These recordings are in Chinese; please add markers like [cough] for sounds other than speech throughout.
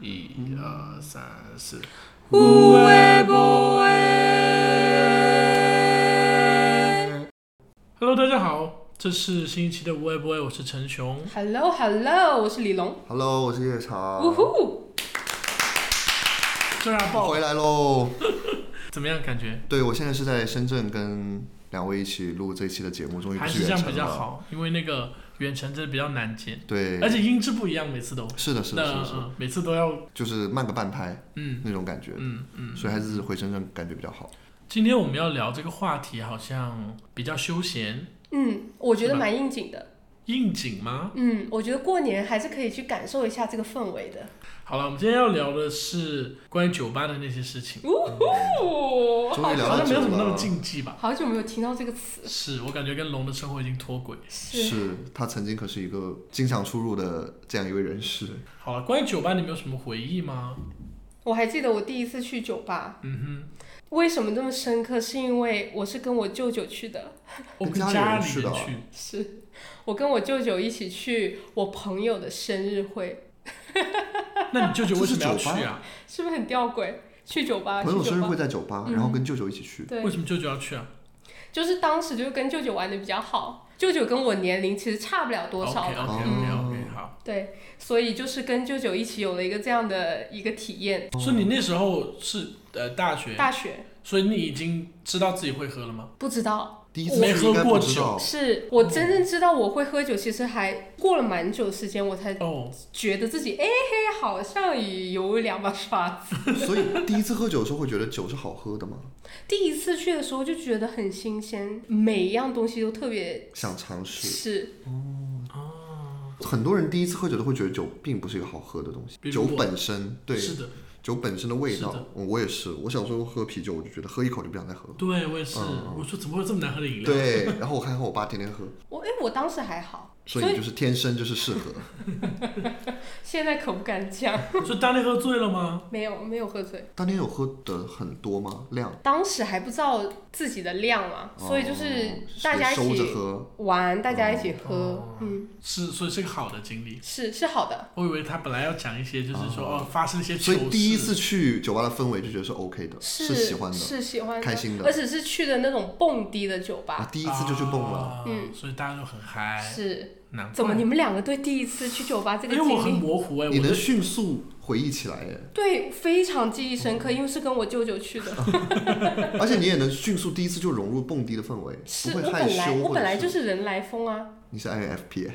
一二三四，有诶无诶。 Hello，大家好，这是新一期的无爱不爱，我是陈雄。 Hello Hello，我是李龙。 Hello，我是夜茶，呜呼，这样报爆回来喽！怎么样？感觉对我现在是在深圳跟两位一起录这一期的节目，终于不还是是这远样程比较了。好，因为那个远程真的比较难剪，对，而且音质不一样，每次都是的，是的，是那的，是的，嗯每次都要就是慢个半拍嗯那种感觉，嗯嗯。所以还是回深圳感觉比较好。今天我们要聊这个话题，好像比较休闲嗯，我觉是得吧蛮应景的。应景吗？嗯，我觉得过年还是可以去感受一下这个氛围的。好了，我们今天要聊的是关于酒吧的那些事情，哦，终于聊好到像没有酒什么那么了，禁忌吧？好久没有听到这个词，是我感觉跟龙的生活已经脱轨。是是他曾经可是一个经常出入的这样一位人士。好了，关于酒吧你们有什么回忆吗？我还记得我第一次去酒吧，嗯为什么这么深刻？是因为我是跟我舅舅去的，哼，我跟跟家家里人里去的人啊去，是我跟我舅舅一起去我朋友的生日会，那你舅舅为什么要去啊这是啊？是不是很吊诡？去酒吧，去朋友啊酒生日吧会，在酒吧，嗯然后跟舅舅一起去，对为，什么舅舅要去啊？就是当时就跟舅舅玩的比较好，舅舅跟我年龄其实差不了多少 OK 嘛， OK OK 哦 OK，好。对，所以就是跟舅舅一起有了一个这样的一个体验。所以你那时候是呃大学，大学所以你已经知道自己会喝了吗？不知道，第一次去应该不知道，是我真正知道我会喝酒，其实还过了蛮久时间，我才哦，觉得自己哎嘿，好像有两把刷子。所以第一次喝酒的时候会觉得酒是好喝的吗？第一次去的时候就觉得很新鲜，每一样东西都特别想尝试。是很多人第一次喝酒都会觉得酒并不是一个好喝的东比西，如酒我本身对是的，酒本身的味是道，嗯我也是。我小时候喝啤酒，我就觉得喝一口就不想再喝。对我也是嗯。我说怎么会有这么难喝的饮料？对，然后我还和我爸天天喝，我哎，我当时还好，所所以以就是天生就是适合。 [laughs] 现在可不敢讲，所以当天喝醉了吗？没有没有喝醉。当天有喝的很多吗？量？当时还不知道自己的量嘛，所以就是哦大家一收着起喝，玩，大家一起喝，哦嗯，是，所以是个好的经历。是是好的，我以为他本来要讲一些，就是说哦，发生一些糗所以事。第一次去酒吧的氛围就觉得是 OK 的，是喜欢的，是喜欢的开心的而且是去的那种蹦迪的酒啊吧，，第一次就去蹦了。啊嗯所以大家都很嗨。是难怪怎么你？们两个对第一次去酒吧这因个为我很经历，模啊哎糊哎，你我能的迅速回忆起来耶，对非常记忆深哦刻，因为是跟我舅舅去 [laughs] 的，而且你也能迅速第一次就融入蹦迪的氛围，是不我会害本来羞。我本来或者就是是人来疯啊，你是 INFP，耶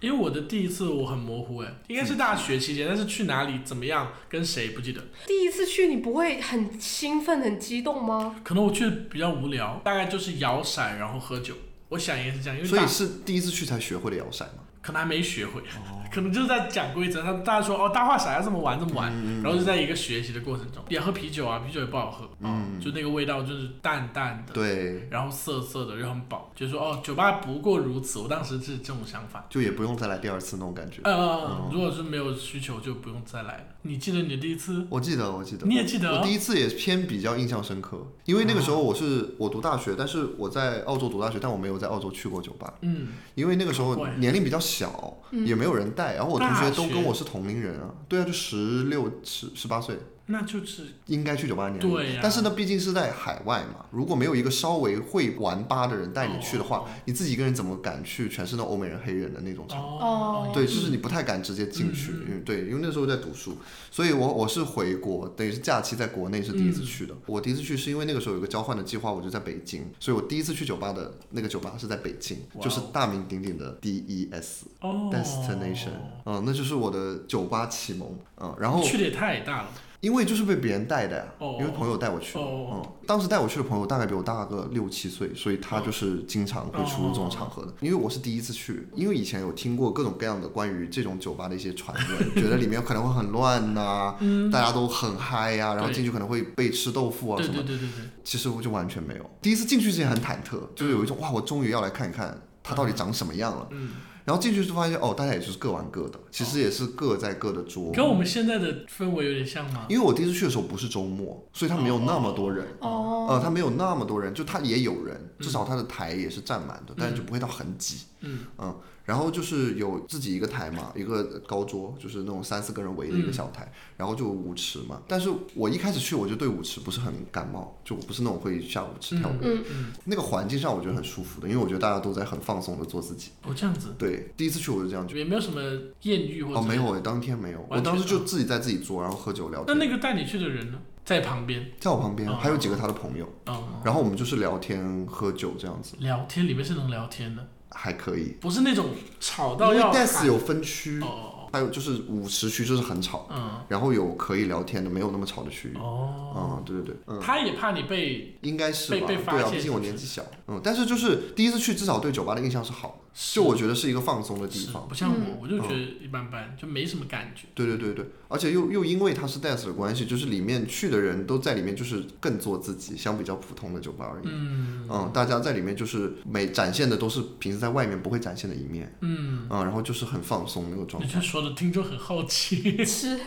因为我的第一次我很模糊哎，应该嗯是大学期间，但是去哪里、怎么样、跟谁不记得，第一次去你不会很兴奋很激动吗？可能我去比较无聊，大概就是摇骰然后喝酒，我想也是这样，因为所大以是第一次去才学会的摇骰嘛。可能还没学会，哦可能就是在讲规则，他大家说哦大话骰要这么玩这么嗯玩，然后就在一个学习的过程中，也喝啤酒啊，啤酒也不好喝，嗯，就那个味道就是淡淡的，对，然后涩涩的，又很饱，就是说哦酒吧不过如此，我当时是这种想法。就也不用再来第二次那种感觉。呃，哦如果是没有需求就不用再来了。你记得你的第一次，我记得，我记得你。也记得我第一次也偏比较印象深刻，因为那个时候我是我读大学，但是我在澳洲读大学，但我没有在澳洲去过酒吧，嗯，因为那个时候怪年龄比较小，也没有人带，然后我同大学学都跟我是同龄人啊，对啊，就十六十十八岁，那就是应该去酒吧的年龄，对呀嗯但是呢，毕竟是在海外嘛，如果没有一个稍微会玩吧的人带你去的话，哦你自己一个人怎么敢去全是那欧美人黑人的那种场合？哦，对，就是你不太敢直接进去，嗯嗯，对，因为那时候在读书，所以我我是回国，等于是假期在国内是第嗯一次去的。我第一次去是因为那个时候有个交换的计划，我就在北京，所以我第一次去酒吧的那个酒吧是在北京，哇哦就是大名鼎鼎的 DES 哦 Destination，、嗯，那就是我的酒吧启蒙，嗯，然后去的也太大了，因为就是被别人带的呀、哦因为朋友带我去的，哦嗯，当时带我去的朋友大概比我大个六七岁，所以他就是经常会出入这种场合哦的。因为我是第一次去，因为以前有听过各种各样的关于这种酒吧的一些传 [laughs] 闻，觉得里面可能会很乱呐、大家都很嗨呀、然后嗯对进去可能会被吃豆腐啊对什对么的。对对对，嗯其实我就完全没有，第一次进去之前很忐忑，就是有一种哇，我终于要来看一看它到底长什么样了。嗯，哦然后进去就发现哦，大家也就是各玩各的，其实也是各在各的桌。跟我们现在的氛围有点像吗？因为我第一次去的时候不是周末，所以他没哦有那么多人。哦，呃，他没有那么多人，就他也有人，至少他的台也是占满的，但是就不会到很挤。嗯嗯，然后就是有自己一个台嘛，一个高桌，就是那种三四个人围的嗯一个小台，然后就舞池嘛。但是我一开始去我就对舞池不是很感冒，就我不是那种会下舞池跳嗯舞的人，那个环境上我觉得很舒服的，因为我觉得大家都在很放松的做自己。哦，这样子，对，第一次去我就这样觉也没有什么艳遇或得。者哦，没有，。我当天没有，我完全嗯当时就自己在自己桌，然后喝酒聊那天，那个带你去的人呢，在旁边在我旁边哦还有几个他的朋友，哦，然后我们就是聊天喝酒这样子，聊天里面是能聊天的，还可以。不是那种吵因到为要 Des 喊有分区哦，哦还有就是舞池区就是很吵，哦，然后有可以聊天的，没有那么吵的区域嗯，。哦，嗯，对对对，嗯，他也怕你被应该是吧？被被发对啊，现毕竟是我不年是纪小，嗯，但是就是第一次去，至少对酒吧的印象是好的，就我觉得是一个放松的地是方。不像我，嗯我就觉得一般般，就没什么感觉。对对对对，而且又又因为它是 dance 的关系，就是里面去的人都在里面，就是更做自己，相比较普通的酒吧而已。嗯嗯，大家在里面就是每展现的都是平时在外面不会展现的一面，嗯，嗯，然后就是很放松那个状你态。这说的听众很好 [laughs] 奇。吃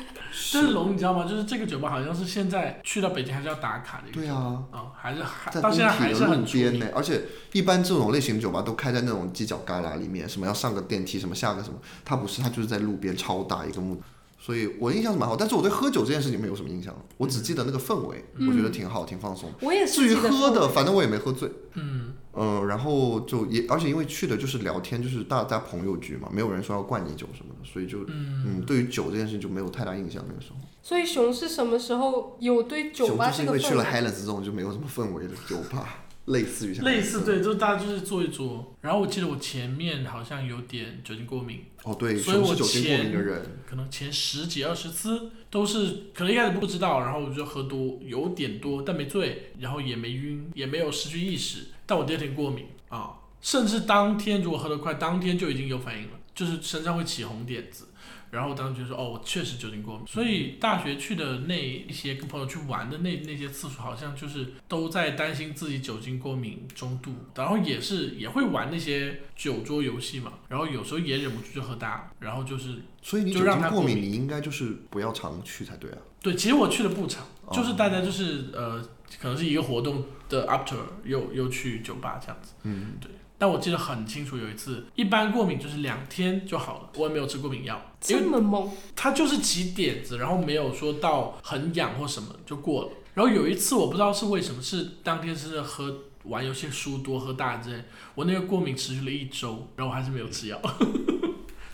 但是龙，你知道吗？就是这个酒吧好像是现在去到北京还是要打卡的一个对酒吧。啊，啊，还是还在到工体现在还是的很路出边名。呢，而且一般这种类型的酒吧都开在那种犄角旮旯里面，什么要上个电梯，什么下个什么，它不是，它就是在路边超大一个木，所以我印象是蛮好，但是我对喝酒这件事情没有什么印象，我只记得那个氛围，嗯我觉得挺好，挺放松。我也至是于记得喝说的，反正我也没喝醉，嗯，嗯，然后就也，而且因为去的就是聊天，就是大家朋友局嘛，没有人说要灌你酒什么的，所以就嗯对于酒这件事情就没有太大印象那个时候。所以熊是什么时候有对酒吧就是这因个为去了氛围？ Highlands 这种就没有什么氛围的酒吧， [laughs] 类似于像类似 Highlands 对，就是大家就是坐一坐。然后我记得我前面好像有点酒精过敏，哦，对，所以我熊是酒精过敏的人，可能前十几二十次都是，可能一开始不知道，然后我就喝多，有点多，但没醉，然后也没晕，也没有失去意识。但我第二天过敏啊，甚至当天如果喝得快，当天就已经有反应了，就是身上会起红点子。然后我当时就说，哦，我确实酒精过敏。所以大学去的那一些跟朋友去玩的那那些次数，好像就是都在担心自己酒精过敏中度，然后也是也会玩那些酒桌游戏嘛，然后有时候也忍不住就喝大，然后就是所以你就酒精让他过过敏，敏你应该就是不要常去才对啊。对，其实我去的不长，哦就是大家就是呃，可能是一个活动的 after 又又去酒吧这样子。嗯，但我记得很清楚，有一次一般过敏就是两天就好了，我也没有吃过敏药，因这为么猛，它就是起点子，然后没有说到很痒或什么就过了。然后有一次我不知道是为什么，是当天是喝玩游戏输多喝大之类，我那个过敏持续了一周，然后我还是没有吃药， [laughs]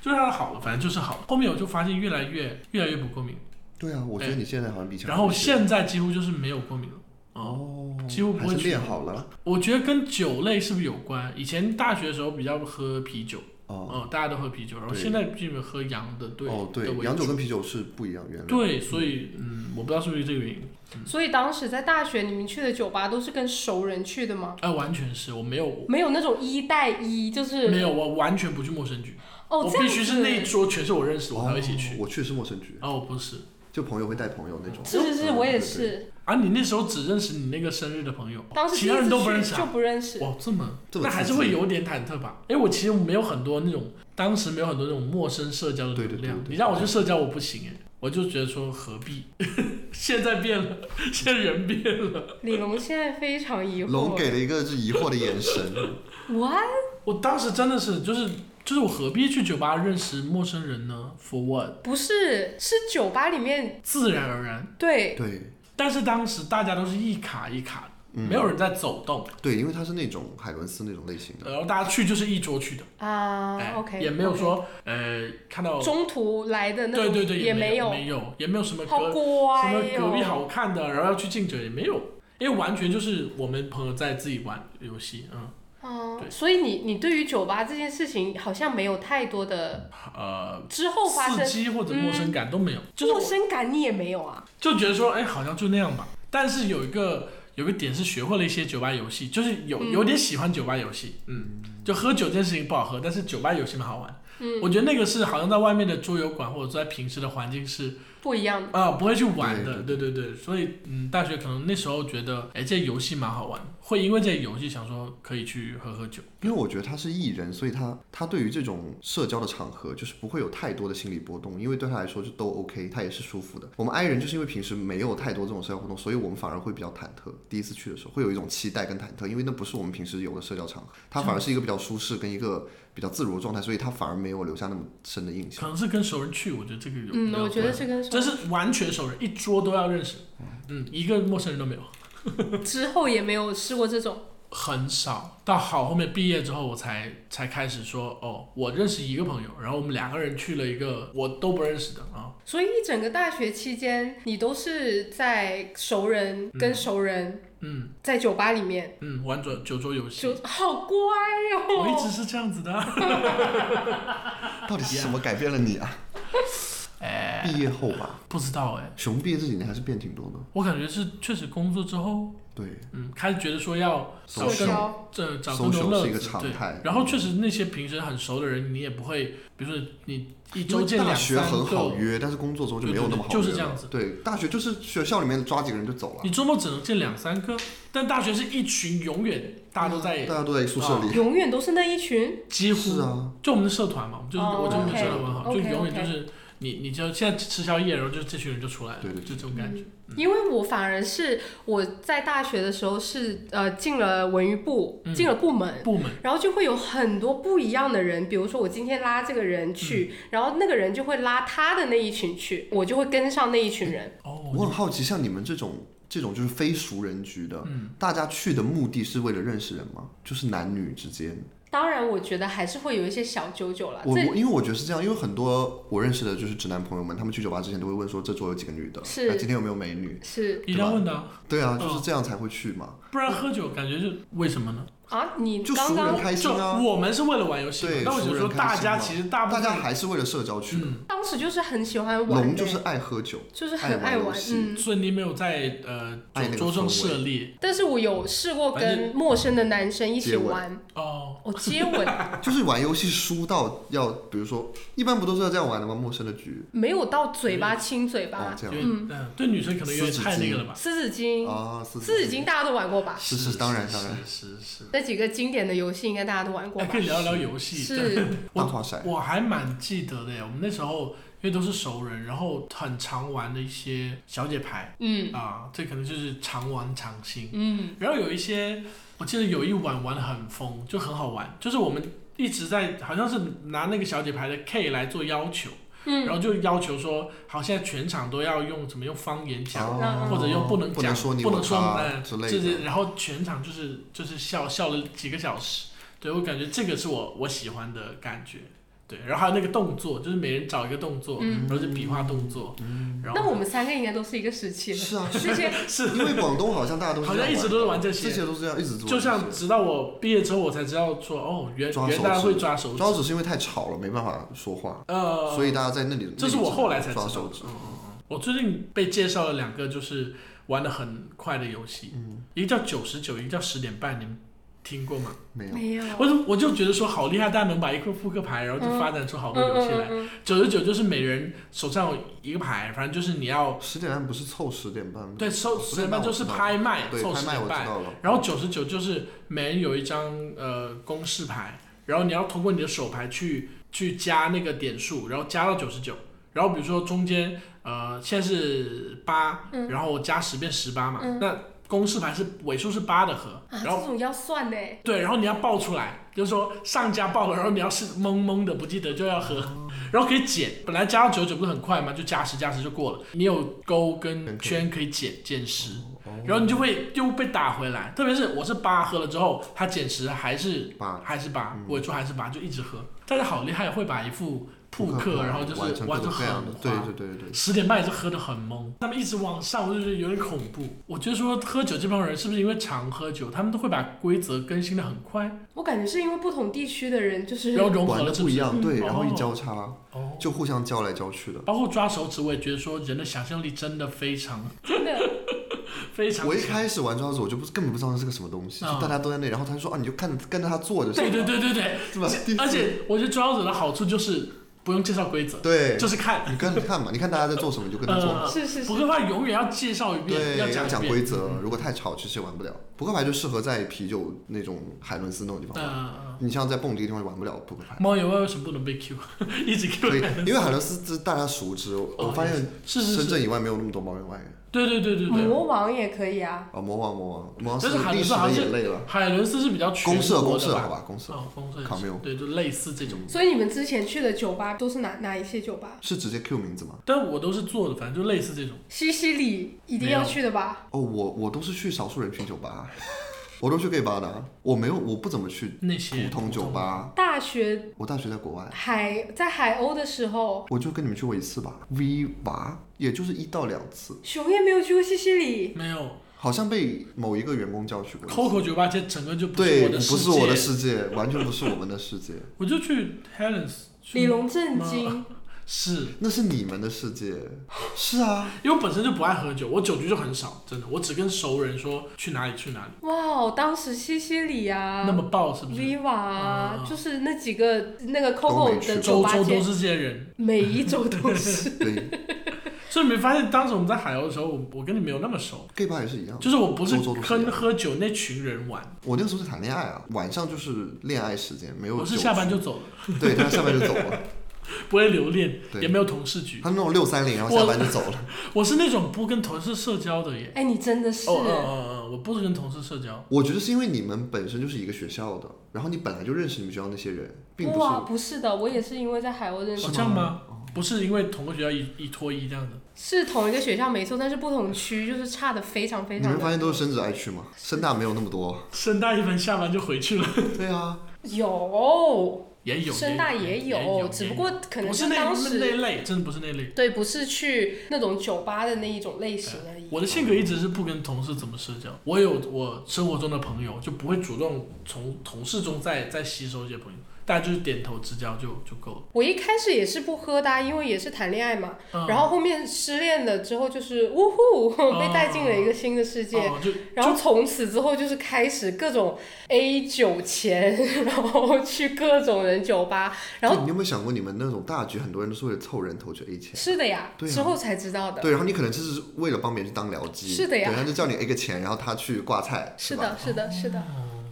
就让它好了，反正就是好了。后面我就发现越来越越来越不过敏。对啊，我觉得你现在好像比以前然后好一些现在几乎就是没有过敏了。哦，哦，几乎不还会是去练好了我觉得跟酒类是不是有关？以前大学的时候比较喝啤酒，哦嗯，大家都喝啤酒，然后对现在基本喝洋的，对，哦的对，为洋酒主跟啤酒是不一样原料。对，所以嗯，我不知道是不是这个原因，所以当时在大学你们去的酒吧都是跟熟人去的吗？哎、完全是我没有，没有那种一带一，就是没有，我完全不去陌生局，哦，我这样必须是那一子桌全是我认识的，我才哦，会一起去。我去是陌生局，哦，不是就朋友会带朋友那种。是是是，嗯我也。对对对是，啊，你那时候只认识你那个生日的朋友，当时其第一他人次都不去认识啊就不认识。哇，这么这么那还是刺激会有点忐忑吧？因为我其实没有很多那种，当时没有很多那种陌生社交的对能对量。对对你让我去社交，我不行哎，我就觉得说何必？ [laughs] 现在变了，现在人变了。李龙现在非常疑龙惑给了一个是疑惑的眼神， [laughs] ，what？我当时真的是就是就是我何必去酒吧认识陌生人呢？For what？不是，是酒吧里面自然而然。对对但是当时大家都是一卡一卡的，嗯没有人在走动，对，因为他是那种海伦斯那种类型的，然后大家去就是一桌去的，啊哎，OK，也没有说呃看到。中途来的那对种，对对，也没有，没有，也没有什么隔好乖哦什么哟隔壁好看的，然后要去竞争也没有，因为完全就是我们朋友在自己玩游戏，嗯，哦对，所以你你对于酒吧这件事情好像没有太多的呃，之后发刺生嗯激或者陌生感都没有，就是陌我生感，你也没有啊？就觉得说，哎，好像就那样吧。但是有一个有个点是学会了一些酒吧游嗯戏，就是有有点喜欢酒吧游戏，嗯，就喝酒这件事情不好喝，但是酒吧游戏蛮好玩，嗯，我觉得那个是好像在外面的桌游馆或者在平时的环境是不一样的。啊、不会去玩的，对对对对，所以嗯，大学可能那时候觉得，哎，这游戏蛮好玩，会因为这游戏想说可以去喝喝酒，因为我觉得他是艺人，所以他他对于这种社交的场合，就是不会有太多的心理波动，因为对他来说就都 OK，他也是舒服的。我们 I 人就是因为平时没有太多这种社交活动，所以我们反而会比较忐忑。第一次去的时候会有一种期待跟忐忑，因为那不是我们平时有的社交场合，他反而是一个比较舒适跟一个比较自如的状态，所以他反而没有留下那么深的印象。可能是跟熟人去，我觉得这个有，嗯，有我觉得关这跟真是完全熟人，一桌都要认识，嗯，一个陌生人都没有，之后也没有试过这种。很少。到好后面毕业之后，我才才开始说，哦，我认识一个朋友，然后我们两个人去了一个我都不认识的啊，所以一整个大学期间，你都是在熟人跟熟人嗯在酒吧里面，嗯，玩桌酒桌游戏就，好乖我一哦。直是这样子的啊。啊到底是什么改变了你啊？毕业后吧，哎不知道哎、熊毕业这几年还是变挺多的。我感觉是确实工作之后，对， [laughs] 嗯，开始觉得说要找社更交，这找更多 Social 乐是一个子常对态然后确实那些平时很熟的人，你也不会，比如说你一因周为见大两学三很好个，约，但是工作之后就没有那么好对对约对就是了这样子对，大学就是学校里面抓几个人就走了你，周末只能见两三个，但大学是一群永远大家都在，大家都在宿舍里。永远都是那一群，哎啊几乎嗯哦是啊，就我们的社团嘛，我们就是、哦我就我们的社团玩好 OK，就永远 OK，OK 就是你你就现在吃宵夜，然后就这群人就出来了，对对对就这种感觉。因为我反而是我在大学的时候是呃进了文娱部，嗯进了部门，部门然后就会有很多不一样的人，比如说我今天拉这个人嗯去，然后那个人就会拉他的那一群去，我就会跟上那一群人。哦，我很好奇，像你们这种这种就是非熟人局的，嗯大家去的目的是为了认识人吗？就是男女之间，当然，我觉得还是会有一些小九九啊了，我这我因为我觉得是这样，因为很多我认识的就是直男朋友们，他们去酒吧之前都会问说这桌有几个女的，是啊今天有没有美女？是一定要问的啊，对啊，嗯就是这样才会去嘛，不然喝酒感觉就为什么呢？啊，你就刚熟人刚开心啊就。我们是为了玩游戏嘛对，那我就熟说人大开心家嘛其实大部大分家还是为了社交去的，嗯，当时就是很喜欢玩、龙就是爱喝酒，就是很爱爱玩游玩，戏嗯。所以你没有在呃爱那酒桌个氛上围涉猎但是我有试过反跟陌生的男生一起玩，哦，我接吻就是玩游戏输到要，比如说一般不都是要这样玩的吗？陌生的局没有到嘴巴亲嘴哦巴，这因样为嗯，对女生可能有点撕纸太那巾个了吧？湿纸巾，啊，四湿纸巾大家都玩过吧？是是当然当然是是是。那几个经典的游戏应该大家都玩过哎，吧可？以聊聊游戏。对 [laughs] 是，大花骰，我还蛮记得的耶，我们那时候因为都是熟人，然后很常玩的一些小姐牌嗯啊，这可能就是常玩常新。嗯，然后有一些，我记得有一晚玩的很疯，就很好玩，就是我们一直在好像是拿那个小姐牌的 K 来做要求，嗯然后就要求说，好现在全场都要用什么用方言讲。哦或者又不能不讲，能说你不能我说他嗯之类的就是然后全场就是就是笑笑了几个小时，对我感觉这个是我我喜欢的感觉，对，然后还有那个动作，就是每人找一个动作，嗯然后就比划动作，嗯然那后我们三个应该都是一个时期 [laughs] 的，是 [laughs] 啊，那些是因为广东好像大家都是好这像样一直都是玩这这些，些都是这样，一直做这 [laughs] 些。就像直到我毕业之后，我才知道说哦，原抓原手来指会抓手指抓，手是因为太吵了，没办法说话，呃，所以大家在那里。这是我后来才知抓道手指嗯，嗯嗯我最近被介绍了两个就是玩的很快的游戏，嗯一个叫九十九，一个叫十点半，你们听过吗？没有。没有，嗯我就我就觉得说好厉害，大家能把一副扑克牌，然后就发展出好多游戏嗯来。嗯，九十九就是每人手上有一个牌，反正就是你要十点半不是凑十点半吗？对收10十点半就是拍卖对凑拍十卖，我点知半，道了。然后九十九就是每人有一张呃公式牌，然后你要通过你的手牌去去加那个点数，然后加到九十九。然后比如说中间呃现在是八、嗯然后我加十变十八嘛、嗯那公式牌是尾数是八的和，啊，然后这种要算呢，对，然后你要报出来，就是说上家报了，然后你要是懵懵的不记得就要和，然后可以减，本来加到九九不是很快嘛，就加十加十就过了，你有勾跟圈可以减减十，哦然后你就会又被打回来，特别是我是八喝了之后，它减十还是八嗯还是八，尾数还是八，就一直喝，大家好厉害，会把一副扑克，牌然后就是完成各玩的种各很样的，对花对对对。十点半也是喝得很懵，他们一直往上，我就觉得有点恐怖。我觉得说喝酒这帮人是不是因为常喝酒，他们都会把规则更新的很快，我感觉是因为不同地区的人就是然后融合玩了的是不是一样，对，嗯然后一哦交叉哦，就互相交来交去的。包括抓手指，我也觉得说人的想象力真的非常真的非常我一开始玩抓子，我就不根本不知道那是个什么东西，嗯就大家都在那里，然后他就说啊，你就看跟着他做就行对了，对对对对，是吧？第一次而且我觉得抓子的好处就是不用介绍规则，对，就是看，你跟着看嘛，你看大家在做什么，你就跟着做嘛。呃，是是是扑，克牌永远嗯要介绍一遍，对，要讲一遍，规则，如果太吵，其实也玩不了。扑克牌就适合在啤酒那种海伦斯那种地方玩。嗯，你像在蹦迪的地方就玩不了扑克牌， [laughs] 猫爷为什么不能被 Q？一 [laughs] 直 Q [laughs] 所以因为海伦斯这大家熟知，我发现是哦是深是，圳以外没有那么多毛人玩的对对对对对，魔王也可以啊，啊，魔王魔王魔王但是海历伦史斯好的像是眼泪了，海伦斯是比较全公社国公的社吧好吧，公嗯社哦，风扇卡缪对，就类似这种。所以你们之前去的酒吧都是哪哪一些酒吧？是直接 Q 名字吗？但我都是做的，反正就类似这种。西西里一定要去的吧？哦，我我都是去少数人群酒吧，我都去 gay 吧的，啊我没有我不怎么去那些普通酒，吧，大学我大学在国外。海在海鸥的时候，我就跟你们去过一次吧，V 娃，也就是一到两次，熊也没有去过西西里，没有好像被某一个员工叫去过一次。 Coco 酒吧，这整个就不是对，我的世不界。是我的世界，完全不是我们的世界，我就去 Helen's 去。李龙震惊，是那是你们的世界。是啊，因为我本身就不爱喝酒，我酒局就很少，真的，我只跟熟人说去哪里去哪里。哇哦，当时西西里啊，那么爆是不是？ Viva 啊嗯就是那几个那个都 Coco 没去的过。酒周吧周都街，是这些人，每一周都是对所以你没发现当时我们在海鸥的时候，我我跟你没有那么熟， ，gay 吧也是一样。就是我不是周周都是一跟样喝酒那群人玩，我那个时候是谈恋爱啊，晚上就是恋爱时间，没有酒我局。哦是下班就走了，对，他下班就走了，不会留恋，对 [laughs] 也没有同事局，他那种六三零，然后下班就走了。我是那种不跟同事社交的耶。哎，你真的是哦，哦哦哦，我不是跟同事社交，我觉得是因为你们本身就是一个学校的，然后你本来就认识你们学校那些人，并不是哇，不哦是的，我也是因为在海鸥认识哦，这样吗？不是因为同个学校一一拖一这样的，是同一个学校没错，但是不同区，就是差的非常非你常们的。发现都是深圳爱去吗？深大没有那 [laughs] 么多。深大一般下班就回去了， [laughs] 对啊，有，也有，深大也有，也有只不过可能不是是那当那那时类，真的不是那类。对，不是去那种酒吧的那一种类型而已。嗯我的性格一直是不跟同事怎么社交，我有我生活中的朋友，就不会主动从同事中再再吸收一些朋友，大家就是点头之交就就够了。我一开始也是不喝的啊、因为也是谈恋爱嘛。嗯、然后后面失恋了之后，就是呜呼， [laughs] 被带进了一个新的世界。哦、就然后从此之后就是开始各种 A 酒钱，然后去各种人酒吧，然后对你有没有想过，你们那种大局，很多人都是为了凑人头去 A 钱。是的呀，对啊之后才知道的。对，然后你可能就是为了帮别人去当僚机，是的呀对，他就叫你 A 个钱，然后他去挂啊菜，是吧？的，是的，是嗯的，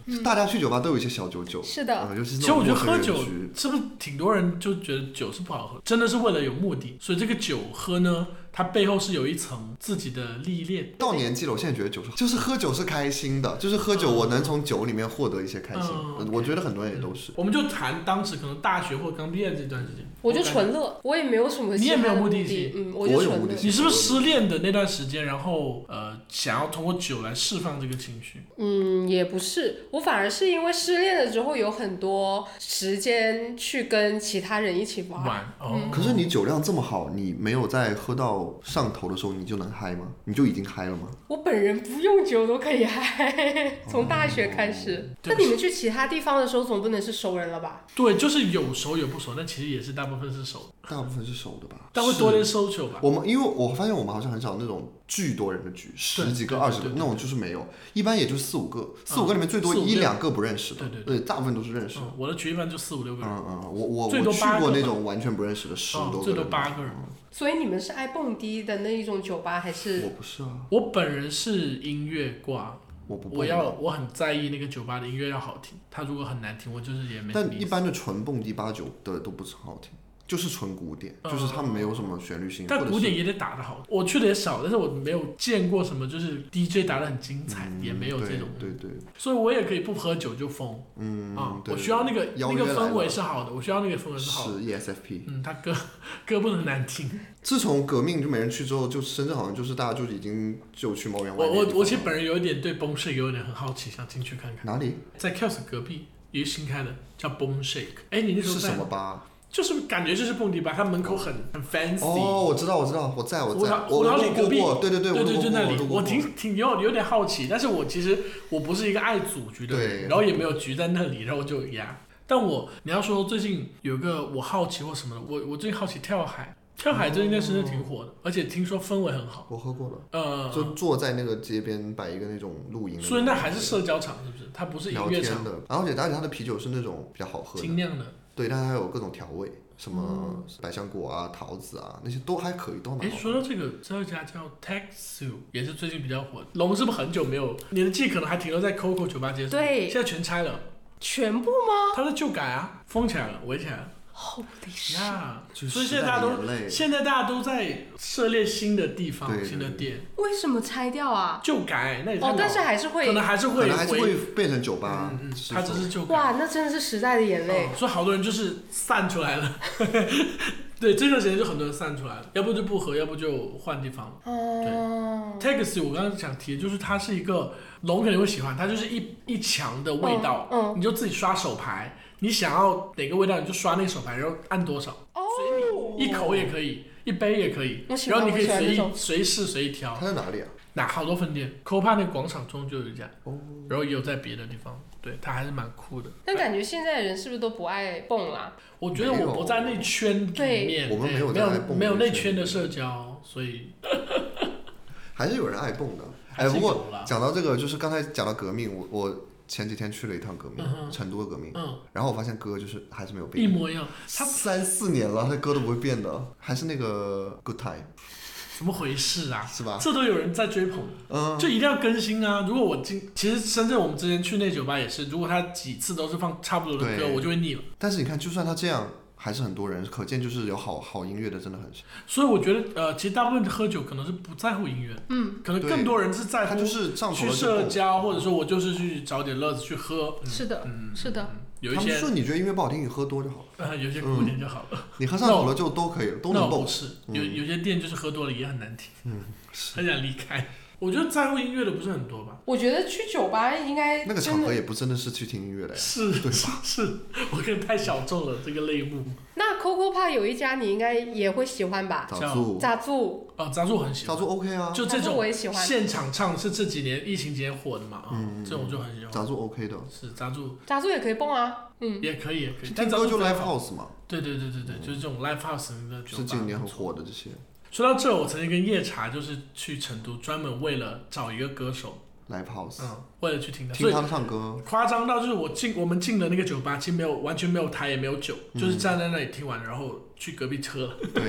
嗯大家去酒吧都有一些小九九，是的嗯尤其是其那实种我觉得陌生喝人酒局，是不是挺多人就觉得酒是不好喝，真的是为了有目的，所以这个酒喝呢，它背后是有一层自己的历练。到年纪了，我现在觉得酒是，就是喝酒是开心的，就是喝酒，嗯我能从酒里面获得一些开心嗯。嗯我觉得很多人也都是。我们就谈当时可能大学或刚毕业这段时间，我就感觉纯乐，我也没有什么你也其他没有的目的的性嗯，我就有纯目乐的。性你是不是失恋的那段时间，然后呃，想要通过酒来释放这个情绪？嗯，也不是，我反而是因为失恋了之后有很多时间去跟其他人一起玩。玩嗯哦，可是你酒量这么好，你没有在喝到上头的时候你就能嗨吗？你就已经嗨了吗？我本人不用酒都可以嗨， [laughs] 从大学开始。哦对那你们去其他地方的时候，总不能是熟人了吧？对，就是有熟有不熟，但其实也是大部分是熟，大部分是熟的吧，但会是多点 social 吧。我们因为我发现我们好像很少那种巨多人的局，十几对个、二十个对对嗯那种就是没有，一般也就四五个，四五个里面最多四五个一两个不认识的对对，对，大部分都是认识的。嗯，我的群一般就四五六个人，嗯嗯，我我我最多去八过个那吧种完全不认识的十嗯多最个多人八个人。所以你们是爱蹦迪的那一种酒吧，还我是不是啊，我本人是音乐挂，我不我蹦要迪。我很在意那个酒吧的音乐要好听，它如果很难听，我就是也没什么但意一思。般的纯蹦迪八九的都不是很好听，就是纯古典，嗯就是他们没有什么旋律性。但或者古典是也得打得好，我去的也少，但是我没有见过什么就是 DJ 打得很精彩，嗯也没有这种，对对对，所以我也可以不喝酒就疯嗯啊，对我需要那个邀那约个来氛围了是好的，我需要那个氛围是好的。是 E ESFP。嗯，他歌 [laughs] 歌不能难听。自从革命就没人去之后，就深圳好像就是大家就已经就去猫园我外面我的地方我其实了本人有一点对崩 shake 有一点很好奇，想进去看看。哪里在 Kels 隔壁有一个新开的叫崩 shake，哎，你那时候是在什么？吧？就是感觉就是蹦迪吧，它门口很很 fancy。哦，我知道，我知道，我在，我胡在桃，我胡桃路里过隔壁过，对对对，对我路对，过就过那我里路，过我过挺挺有有点好奇，但是我其实我不是一个爱组局的人，对然后也没有局在那里，然后我就呀。但我你要说最近有个我好奇或什么的，我我最近好奇跳海，跳海这应该深圳挺火的，而且听说氛围很好。我喝过了，呃，就坐在那个街边摆一个那种露营的地方，所以那还是社交场，是不是？它不是音聊乐天场，的，然后而且而且它的啤酒是那种比较好喝的精，酿的。对，但它有各种调味，什么百香果啊、桃子啊那些都还可以，都哎，蛮好说到这个，这家叫 Texu，也是最近比较火的。龙是不是很久没有？你的记忆可能还停留在 Coco 酒吧街上，对现，在全拆了。全部吗？它的旧改啊，封起来了，围起来了好的是，呀。就所以时现在代大家的都眼泪现在大家都在涉猎新的地方、对对新的对店，为什么拆掉啊？旧改那也太哦，老但是了还是可会能还是可会能还是回，会变成酒吧嗯嗯，，它它只是旧改。哇，那真的是时代的眼泪嗯。所以好多人就是散出来了。 [laughs] 对，这段时间就很多人散出来了，要不就不合，要不就换地方了。哦， Taxi 我刚刚想提，就是它是一个龙肯定会喜欢，它就是一一墙的味道，嗯你就自己刷手牌，你想要哪个味道你就刷那个手牌，然后按多少，哦，一口也可以，一杯也可以，我喜然欢后你可以我喜欢随这意种随试随意挑它，在哪里啊？哪好多分店 c o p a 那个广场中就有一家，哦然后也有在别的地方，对，它还是蛮酷的。但感觉现在人是不是都不爱蹦啊啦？我觉得没有我不在那圈里对面，我们对没有没在有蹦那没有那圈圈的里社交，所以还是有人爱蹦的。还哎，是不过有啦讲到这个，就是刚才讲到革命，我我前几天去了一趟革命嗯，哼成都的革命，嗯，然后我发现歌就是还是没有一变，模一样。他三四年了，他歌都不会变的，还是那个 Good Time 怎么回事啊？是吧？这都有人在追捧，嗯，就一定要更新啊！如果我今其实深圳我们之前去那酒吧也是，如果他几次都是放差不多的歌，对我就会腻了。但是你看，就算他这样，还是很多人，可见就是有好好音乐的真的很少。所以我觉得呃，其实大部分喝酒可能是不在乎音乐，嗯，可能更多人是在他乎就是上头去了就社蹦。交，或者说我就是去找点乐子去喝。是的，嗯是的，有一他们些说你觉得音乐不好听，你喝多就好了，呃，有一些古典就好了，你喝上头了就都可以了，都那能我蹦不。是，有嗯有些店就是喝多了也很难听，嗯，很想离开。我觉得在乎音乐的不是很多吧？我觉得去酒吧应该那个真场合的。也不真的是去听音乐的呀。是是是， [laughs] 我可能太小众了这个类目。那 Coco Pie 有一家你应该也会喜欢吧？早住，咋住？哦，张硕很喜欢早，住 OK 啊，就这种杂志哦我也喜欢现场唱是这几年疫情期间火的嘛，啊、这种就很喜欢。嗯早住 OK 的。是扎住咋住也可以蹦啊。嗯，也可以，也可以，但听扎歌住就 live 非常 house 嘛，对对对对对，就是这种 live house 的酒嗯吧。是近年很火的这些说到这，我曾经跟夜茶就是去成都，专门为了找一个歌手， live house，嗯，为了去听他，所听以他 [laughs] 唱歌，夸张到就是我进我们进的那个酒吧，其实没有完全没有台也没有酒，嗯就是站在那里听完，然后去隔壁车了。 [laughs] 对，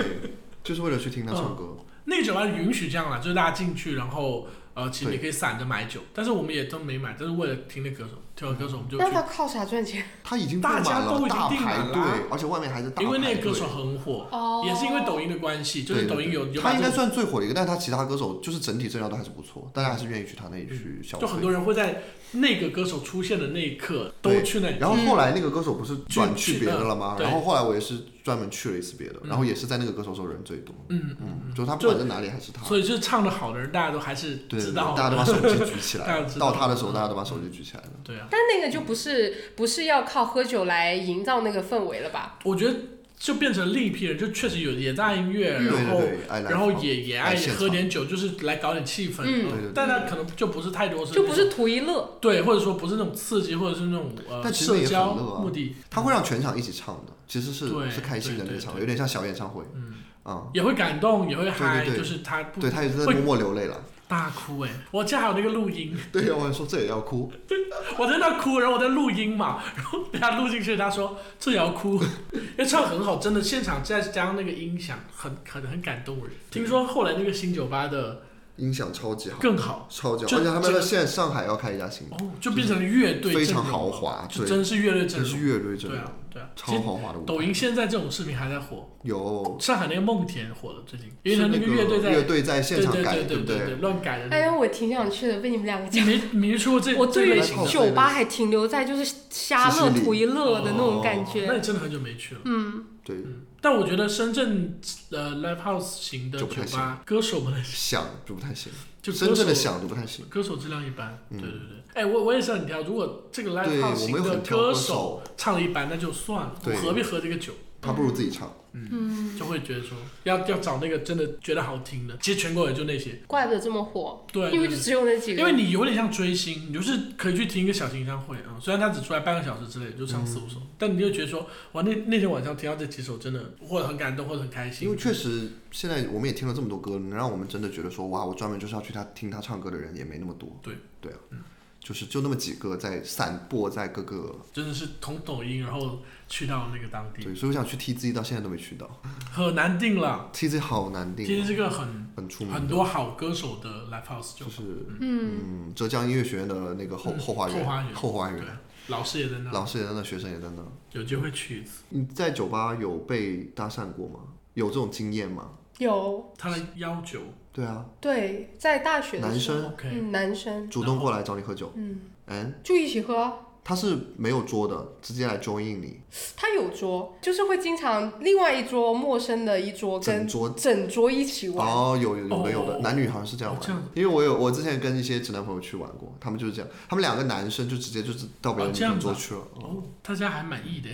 就是为了去听他唱歌。那个酒吧允许这样啦，就是大家进去，然后呃，其实你可以散着买酒，但是我们也都没买，但是为了听那歌手，听完歌手我们就去那他靠啥赚钱？他已经订满大家都了，已经大订满排了队，而且外面还是大排队。因为那个歌手很火，哦也是因为抖音的关系，就是对对抖音有对有把他应该这个算最火的一个，但是他其他歌手就是整体阵容都还是不错，大家还是愿意去他那里去消费。嗯就很多人会在那个歌手出现的那一刻都对去那里。然后后来那个歌手不是转嗯去去别的了吗？去嗯然后后来我也是专门去了一次别的，然后也是在那个歌手时候人最多。嗯嗯，就他不管在哪里还是他。所以就是唱的好的人，大家都还是对，知对道大家都把手机举起大来家知，道到他的时候大家都把手机举起来了。 [laughs] 对啊，但那个就不是不是要靠喝酒来营造那个氛围了吧？我觉得就变成另一批人，就确实有也在音乐，对然后对对，爱来然后访也也来爱现喝场点酒，就是来搞点气氛。嗯对对对但他可能就不是太多是就不那是种图一乐。对，或者说不是那种刺激，或者是那种呃但其实社也交很乐啊目的，他会让全场一起唱的，其实是对是开心对的那对个场合，对有点像小演唱会。嗯嗯，也会感动，也会嗨，对对就是他不对他也是会在默默流泪了。 [laughs] 大哭哎、我家还有那个录音，对，啊我还说这也要哭， [laughs] 我在那哭，然后我在录音嘛，然后等他录进去，他说这也要哭， [laughs] 因为唱得很好，真的现场再加上那个音响，很很很感动人。听说后来那个新酒吧的音响超级好，更好超级好，就而且他这们个在现在上海要开一家新的，哦，就变成乐队非阵常容豪华就对真是乐队阵这是容，乐队阵对啊容，对啊，其超实豪华的舞台。抖音现在这种视频还在火，有，上海那个梦田火了最近，因为是他那个乐队在乐队在现场对改，对不对对，乱改的那哎个。呀，我挺想去的，被你们两个你讲。没你没去过这我这对类于型的？酒吧还停留在就是瞎乐图一乐的那种感那觉你。真的很久没去了。对，但我觉得深圳呃 live house 型的就酒不太吧，歌手们 [laughs] 响就不太行，就歌深圳的手响就不太行。歌手质量一般。对对对。哎，我我也是很挑，如果这个对 live 我 house 们型有的很挑歌歌手手唱的一般，那就算了，我对何必喝这个酒？他不如自己唱。嗯，就会觉得说 [laughs] 要要找那个真的觉得好听的。其实全国也就那些，怪不得这么火，对，因对为就对只有那几个。因为你有点像追星，你就是可以去听一个小型演唱会啊、虽然他只出来半个小时之类，就唱四五嗯首，但你就觉得说，哇，那那天晚上听到这几首，真的或者很感动，或者很开心。因为确实，现在我们也听了这么多歌，能让我们真的觉得说，哇，我专门就是要去他听他唱歌的人也没那么多。对嗯对啊，就是就那么几个在散播在各个，真的是从抖音，然后去到那个当地，对，所以我想去 TZ 到现在都没去到啊很难定了。 ，TZ 好难定其实啊，这个很很出名的很多好歌手的 live house 就就是嗯，嗯，浙江音乐学院的那个后嗯后花后花园，园后花对园，，老师也在那，老师也在那，学生也在那。有机会去一次。你在酒吧有被搭讪过吗？有这种经验吗？有他的要求对啊，对，在大学的男时候，生 OK，嗯，男生，主动过来找你喝酒，嗯，嗯，就一起喝。啊他是没有桌的，直接来 join 你，他有桌，就是会经常另外一桌陌生的一桌整跟桌整桌一起玩。哦，有有有的有的，哦男女好像是这样玩哦这样的。因为我有我之前跟一些直男朋友去玩过，他们就是这样，他们两个男生就直接就是到别人哦这样女子啊桌去了，嗯哦，大家还满意的，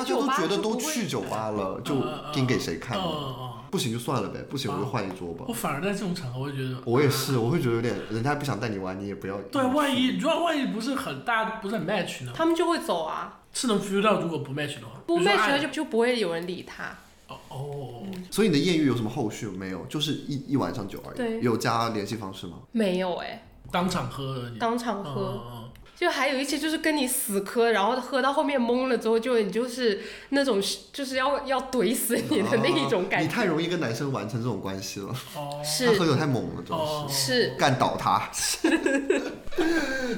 在家酒都吧觉得就都不会去酒吧了，就呃盯给谁看哦了？哦不行就算了呗，不行我就哦换一桌吧哦，我。反而在这种场合会觉得，啊我也是，我会觉得有点，人家不想带你玩，你也不要。对，万一如果万一不是很大，不是很 match 呢？他们就会走啊，是能 feel 到如果不 match 的话，不比如说 match 哎了就就不会有人理他。哦哦，所以你的艳遇有什么后续没有？就是一一晚上酒而已。对有加联系方式吗？没有哎、当场喝而已，当场嗯喝，嗯就还有一些就是跟你死磕，然后喝到后面懵了之后，就你就是那种就是要要怼死你的那一种啊感你觉，太容易跟男生完成这种关系了，嗯哦他喝是酒太猛了，真哦的是，是干倒他。 [laughs]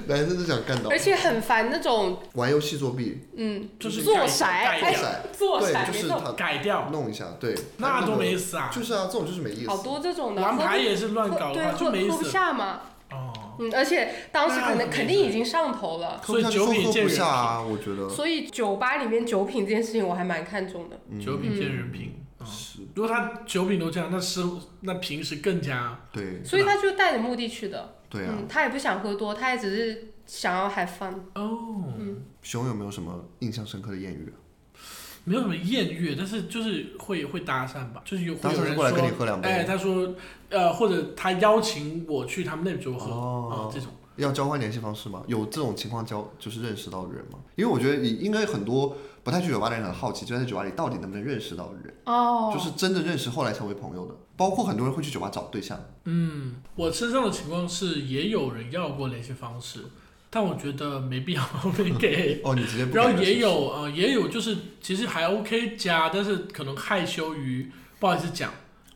男生都想干倒而。且很烦那种玩游戏作弊，嗯，就是做盖骰盖哎掉塞，做对，骰就没是错，他改掉，弄一下，对，那多没意意思啊！就是啊，这种就是没意思。好多这种的，玩喝牌不也是乱喝搞的对，话就喝没意喝不思下嘛，哦。嗯，而且当时可那能很肯没定意已思经上头了。喝不下所以酒就品说喝见不人下啊，我觉得所以酒吧里面酒品这件事情我还蛮看重的，嗯酒品见人品。嗯是如果他酒品都这样，那是那平时更加对所以他就带着目的去的，对啊。嗯，他也不想喝多，他也只是想要 have fun。哦，熊有没有什么印象深刻的艳遇啊？没有什么艳遇，但是就是会会搭讪吧，就是有搭会有讪人是过来跟你说，喝两哎，杯，他说，呃，或者他邀请我去他们那桌喝，啊哦，这种要交换联系方式吗？有这种情况交就是认识到的人吗？因为我觉得你应该很多不太去酒吧的人很好奇，就在酒吧里到底能不能认识到人，哦，就是真的认识后来成为朋友的，包括很多人会去酒吧找对象。我身上的情况是也有人要过联系方式，但我觉得没必要 [laughs] 没给，哦，你直接不然敢后也认识有呃也有就是其实还 OK 加，但是可能害羞于不好意思讲。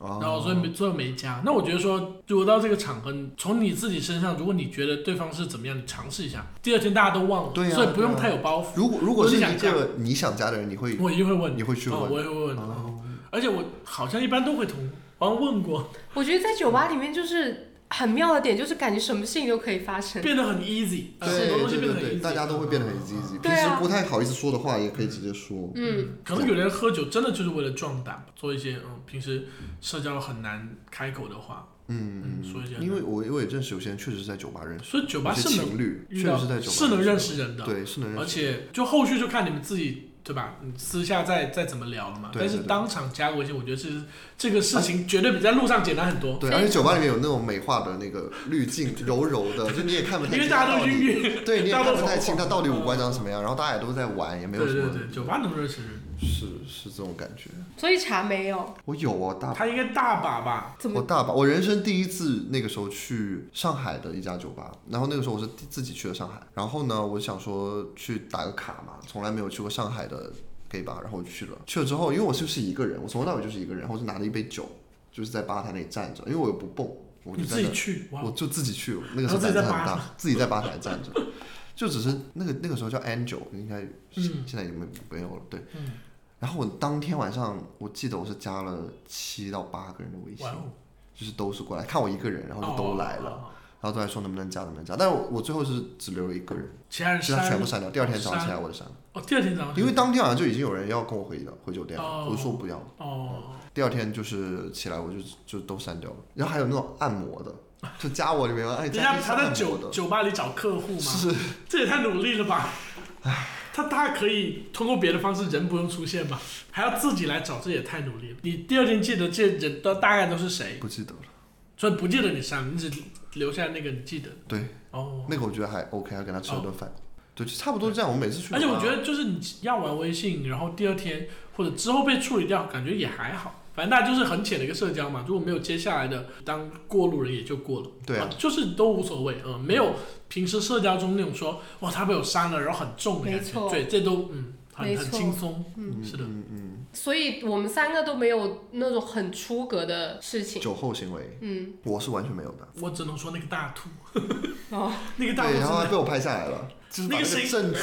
哦，然后所以没最后没加。那我觉得说，如果到这个场合，你从你自己身上，如果你觉得对方是怎么样，你尝试一下。第二天大家都忘了，对呀啊所以不用对呀太有包袱。如果如果我是是一想加个你想加的人，你会我一定会问，你会去啊问我也会问的。哦而且我好像一般都会同，好像问过，我觉得在酒吧里面就是很妙的点，就是感觉什么事情都可以发生。变得很 easy，呃很多对东西变对对得很对， easy，大家都会变得很 easy 嗯 easy，对平时啊不太好意思说的话也可以直接说。嗯，可能有人喝酒真的就是为了壮胆，做一些嗯平时社交很难开口的话，嗯嗯，说一些。因为我我也认识有些人确实是在酒吧认识，所以酒吧有些是能情侣确遇到实是在酒吧是能认认识识人的的，，对，是能认识的。而且就后续就看你们自己对吧？你私下再再怎么聊了嘛。对但对是对当场加微信，我觉得这是这个事情绝对比在路上简单很多，对，非而且酒吧里面有那种美化的那个滤镜，柔柔的，就你也看不太因清，为大家都晕晕。对，你也看不太清大它家都到底五官长什么样，然后大家也都在玩，也没对有 [laughs] 什对么，对，酒吧能认识人，是是这种感觉。所以茶没有我有哦，大他应该大把吧？怎我么大把，我人生第一次那个时候去上海的一家酒吧，然后那个时候我是自己去了上海，然后呢，我想说去打个卡嘛，从来没有去过上海的 gay 吧，然后我就去了，去了之后，因为我就是一个人，我从头到尾就是一个人，然后我就拿着一杯酒，就是在吧台那里站着，因为我又不蹦，我就你在自那己去哇我？就自己去，那个然时后候自己胆在子很吧大，自己在吧台站着， [laughs] 就只是那个那个时候叫 Angel，应该是嗯现在已经没没有了，对。嗯然后我当天晚上，我记得我是加了七到八个人的微信哇，哦！就是都是过来看我一个人，然后就都来了，了，然后都来说能不能加，能不能加。但我我最后是只留了一个人，哦其他人其他删全部了删掉。第二天早上起来我就删了，哦，第二天早上因为当天晚上就已经有人要跟我回的回酒店了，哦我就说不要。哦，第二天就是起来我就就都删掉了。然后还有那种按摩的，就加我里面哎，人加家一些他在按摩酒的。酒吧里找客户嘛，是这也太努力了吧？他大可以通过别的方式，人不用出现吧，还要自己来找，这也太努力了。你第二天记得这人都大概都是谁，不记得了。所以不记得你删了，你只留下那个你记得对，哦。那个我觉得还 OK，还跟他吃了顿饭。对，就差不多这样。我每次去，而且我觉得就是你要玩微信，然后第二天或者之后被处理掉，感觉也还好。反正大家就是很浅的一个社交嘛，如果没有接下来的，当过路人也就过了。对啊就是都无所谓，嗯，没有平时社交中那种说哇他被我删了，然后很重的感没觉，错对，这都嗯很没很错轻松，嗯是的嗯嗯，所以我们三个都没有那种很出格的事情。酒后行为嗯，我是完全没有的。我只能说那个大兔，哦， [laughs] 那个大兔对，真然后还的被我拍下来了，就是把那个谁 [laughs] 证据，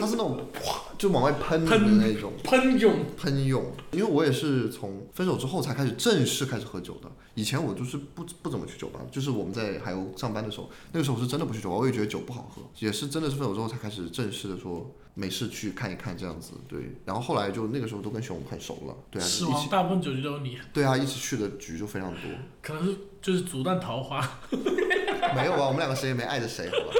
他是那种哗就往外喷的喷那种喷涌，喷涌。因为我也是从分手之后才开始正式开始喝酒的，以前我就是不不怎么去酒吧，就是我们在海鸥上班的时候，那个时候我是真的不去酒吧，我也觉得酒不好喝，也是真的是分手之后才开始正式的说没事去看一看这样子。对，然后后来就那个时候都跟熊很熟了，对啊，死就一亡起大部分酒局都是你，对啊一起去的局就非常多。可能是就是阻断桃花。没有啊，我们两个谁也没碍着谁，好吧？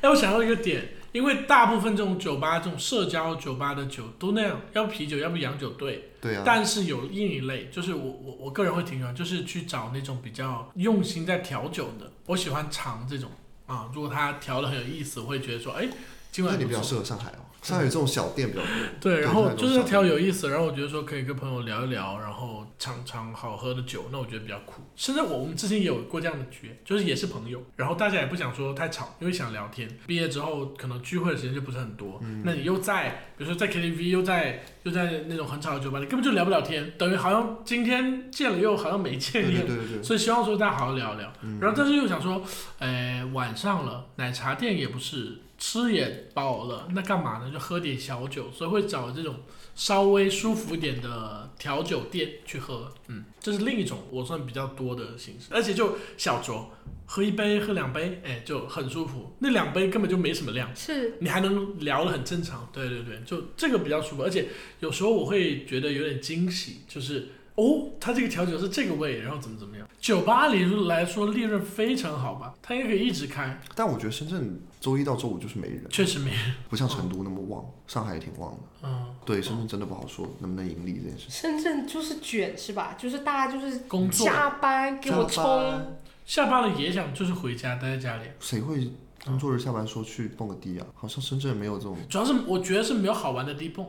哎，我想到一个点，因为大部分这种酒吧、这种社交酒吧的酒都那样，要不啤酒，要不洋酒， [laughs] 对。对啊，但是有另一类，就是我我我个人会挺喜欢，就是去找那种比较用心在调酒的，我喜欢尝这种啊。如果他调的很有意思，我会觉得说，哎，今那晚你比不较错。适合上海哦，上海有这种小店比较多。对，对然那后种就是小要调有意思，然后我觉得说可以跟朋友聊一聊，然后尝尝好喝的酒，那我觉得比较酷。甚至我我们之前也有过这样的局，就是也是朋友，然后大家也不想说太吵，因为想聊天。毕业之后可能聚会的时间就不是很多，嗯那你又在比如说在 KTV 又在又在那种很吵的酒吧，你根本就聊不了天，等于好像今天见了又好像没见对一对样。对对对，嗯所以希望说大家好好聊聊，然后但是又想说，哎，晚上了，奶茶店也不是，吃也饱了，那干嘛呢？就喝点小酒，所以会找这种稍微舒服一点的调酒店去喝，嗯，这是另一种我算比较多的形式，而且就小酌，喝一杯，喝两杯，哎，就很舒服，那两杯根本就没什么量。是你还能聊得很正常，对对对，就这个比较舒服，而且有时候我会觉得有点惊喜，就是哦，他这个调酒是这个味，然后怎么怎么样。酒吧里来说利润非常好吧，他也可以一直开，但我觉得深圳周一到周五就是没人，确实没，不像成都那么旺，上海也挺旺的。嗯，对，深圳真的不好说能不能盈利这件事。深圳就是卷是吧？就是大家就是工作加班给我加冲，班，下班了也想就是回家待在家里，谁会工作日下班说去蹦个迪啊？好像深圳没有这种。主要是我觉得是没有好玩的地方。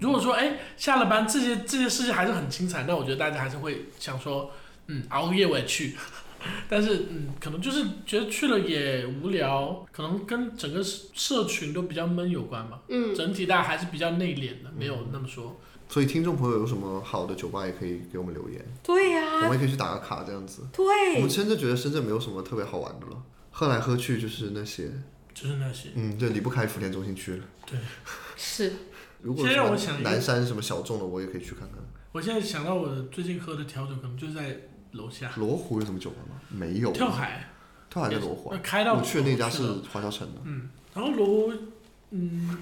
如果说哎下了班这些这些事情还是很精彩，那我觉得大家还是会想说，嗯，熬夜我也去。 [laughs] 但是嗯，可能就是觉得去了也无聊，可能跟整个社社群都比较闷有关吧。嗯，整体大家还是比较内敛的，没有那么说。所以听众朋友有什么好的酒吧也可以给我们留言，对我呀、们也可以去打个卡这样子。我们啊对，真的觉得深圳没有什么特别好玩的了，喝来喝去就是那些，就是那些，嗯，就离不开福田中心区了。是如果现在让我什么想一个南山什么小众的，我也可以去看看。我现在想到我的最近喝的调酒，可能就在楼下罗湖有什么酒吧吗？没有，啊跳海，跳海在罗湖啊。那开到我去的那家去是了华侨城的，然后罗嗯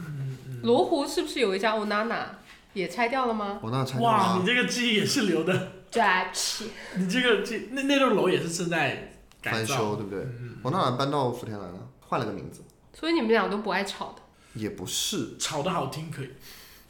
湖罗湖是不是有一家 Onana 也拆掉了吗我那参加嗯哇，啊你，这个记忆也是留的。 ？Jackie，你这个这那那栋楼也是正在改翻造，嗯修对不对？我那搬到福田来了，换了个名字，所以你们俩都不爱吵的，也不是。吵得好听可以，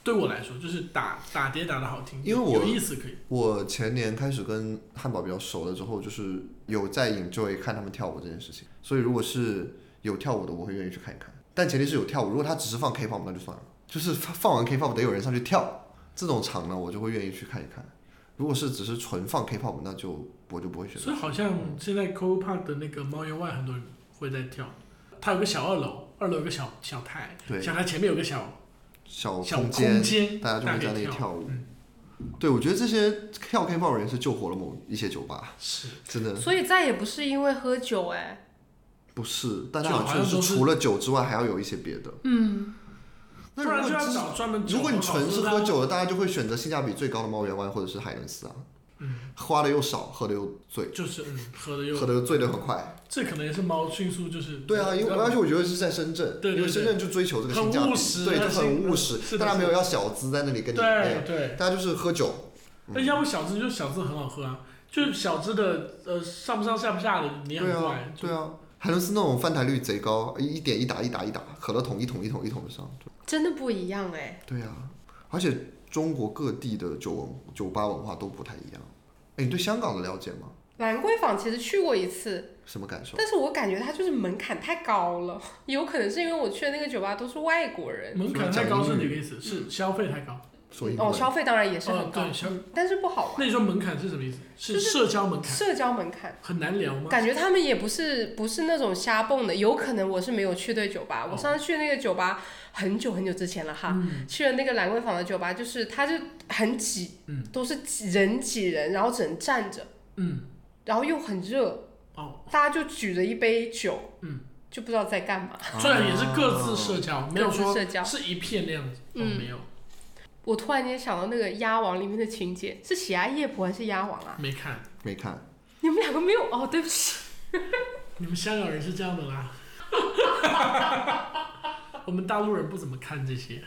对我来说就是打打碟打得好听，因为我有意思可以。我前年开始跟汉堡比较熟了之后，就是有在 enjoy 看他们跳舞这件事情，所以如果是有跳舞的，我会愿意去看一看，但前提是有跳舞。如果他只是放 K-pop 那就算了，就是放放完 K-pop 得有人上去跳，这种场呢我就会愿意去看一看。如果是只是纯放 K-pop，那就我就不会选择所以。好像现在 Co Park 的那个猫员外很多人会在跳，它有个小二楼，二楼有个小小台，对小台前面有个小小小空间，间，大家就会可在以那里跳。嗯跳舞。对，我觉得这些跳 K-pop 人是救活了某一些酒吧，是，真的所以再也不是因为喝酒哎，不是，大家酒好好像像是都是除了酒之外还要有一些别的。嗯，不那如然果就要只找专门如果你酒吧纯是的喝，酒的，大家就会选择性价比最高的猫员湾或者是海伦斯啊，花的又少，喝的又醉，就是嗯喝的又喝，的又醉的很快。这可能也是猫迅速就是对啊，因为而且我觉得是在深圳，对对因为深圳就追求这个性价很比务实，对，就而且很务是实，的大家没有要小资在那里跟你，哎呀对对。大家就是喝酒，嗯那要不小资就小资很好喝啊，就是小资的呃上不上下不下的你也对很啊怪，，对啊。海伦斯那种翻台率贼高，一点一打一打一打，可乐桶一桶一桶一桶的上。真的不一样哎。对呀、而且中国各地的酒文酒吧文化都不太一样。哎，你对香港的了解吗？兰桂坊其实去过一次，什么感受？但是我感觉它就是门槛太高了， [laughs] 有可能是因为我去的那个酒吧都是外国人，门槛太高是哪个意思？是消费太高。说英文。哦，嗯消费当然也是哦很，高，对，消。但是不好玩，那你说门槛是什么意思？就是是社交门槛，社交门槛。很难聊吗？感觉他们也不是不是那种瞎蹦的，有可能我是没有去对酒吧。我哦上次去那个酒吧很久很久之前了哈，去了那个兰桂坊的酒吧，就是它就很挤，嗯都是挤人挤人，然后只能站着，嗯，然后又很热，哦，大家就举着一杯酒，嗯，就不知道在干嘛。虽然也是各自社交，没有各自说社交是一片那样子，哦，嗯没有，我突然间想到那个《鸭王》里面的情节，是喜爱夜蒲还是鸭王啊？没看。没看，你们两个没有哦，对不起，你们香港人是这样的啦， [laughs] 我们大陆人不怎么看这些。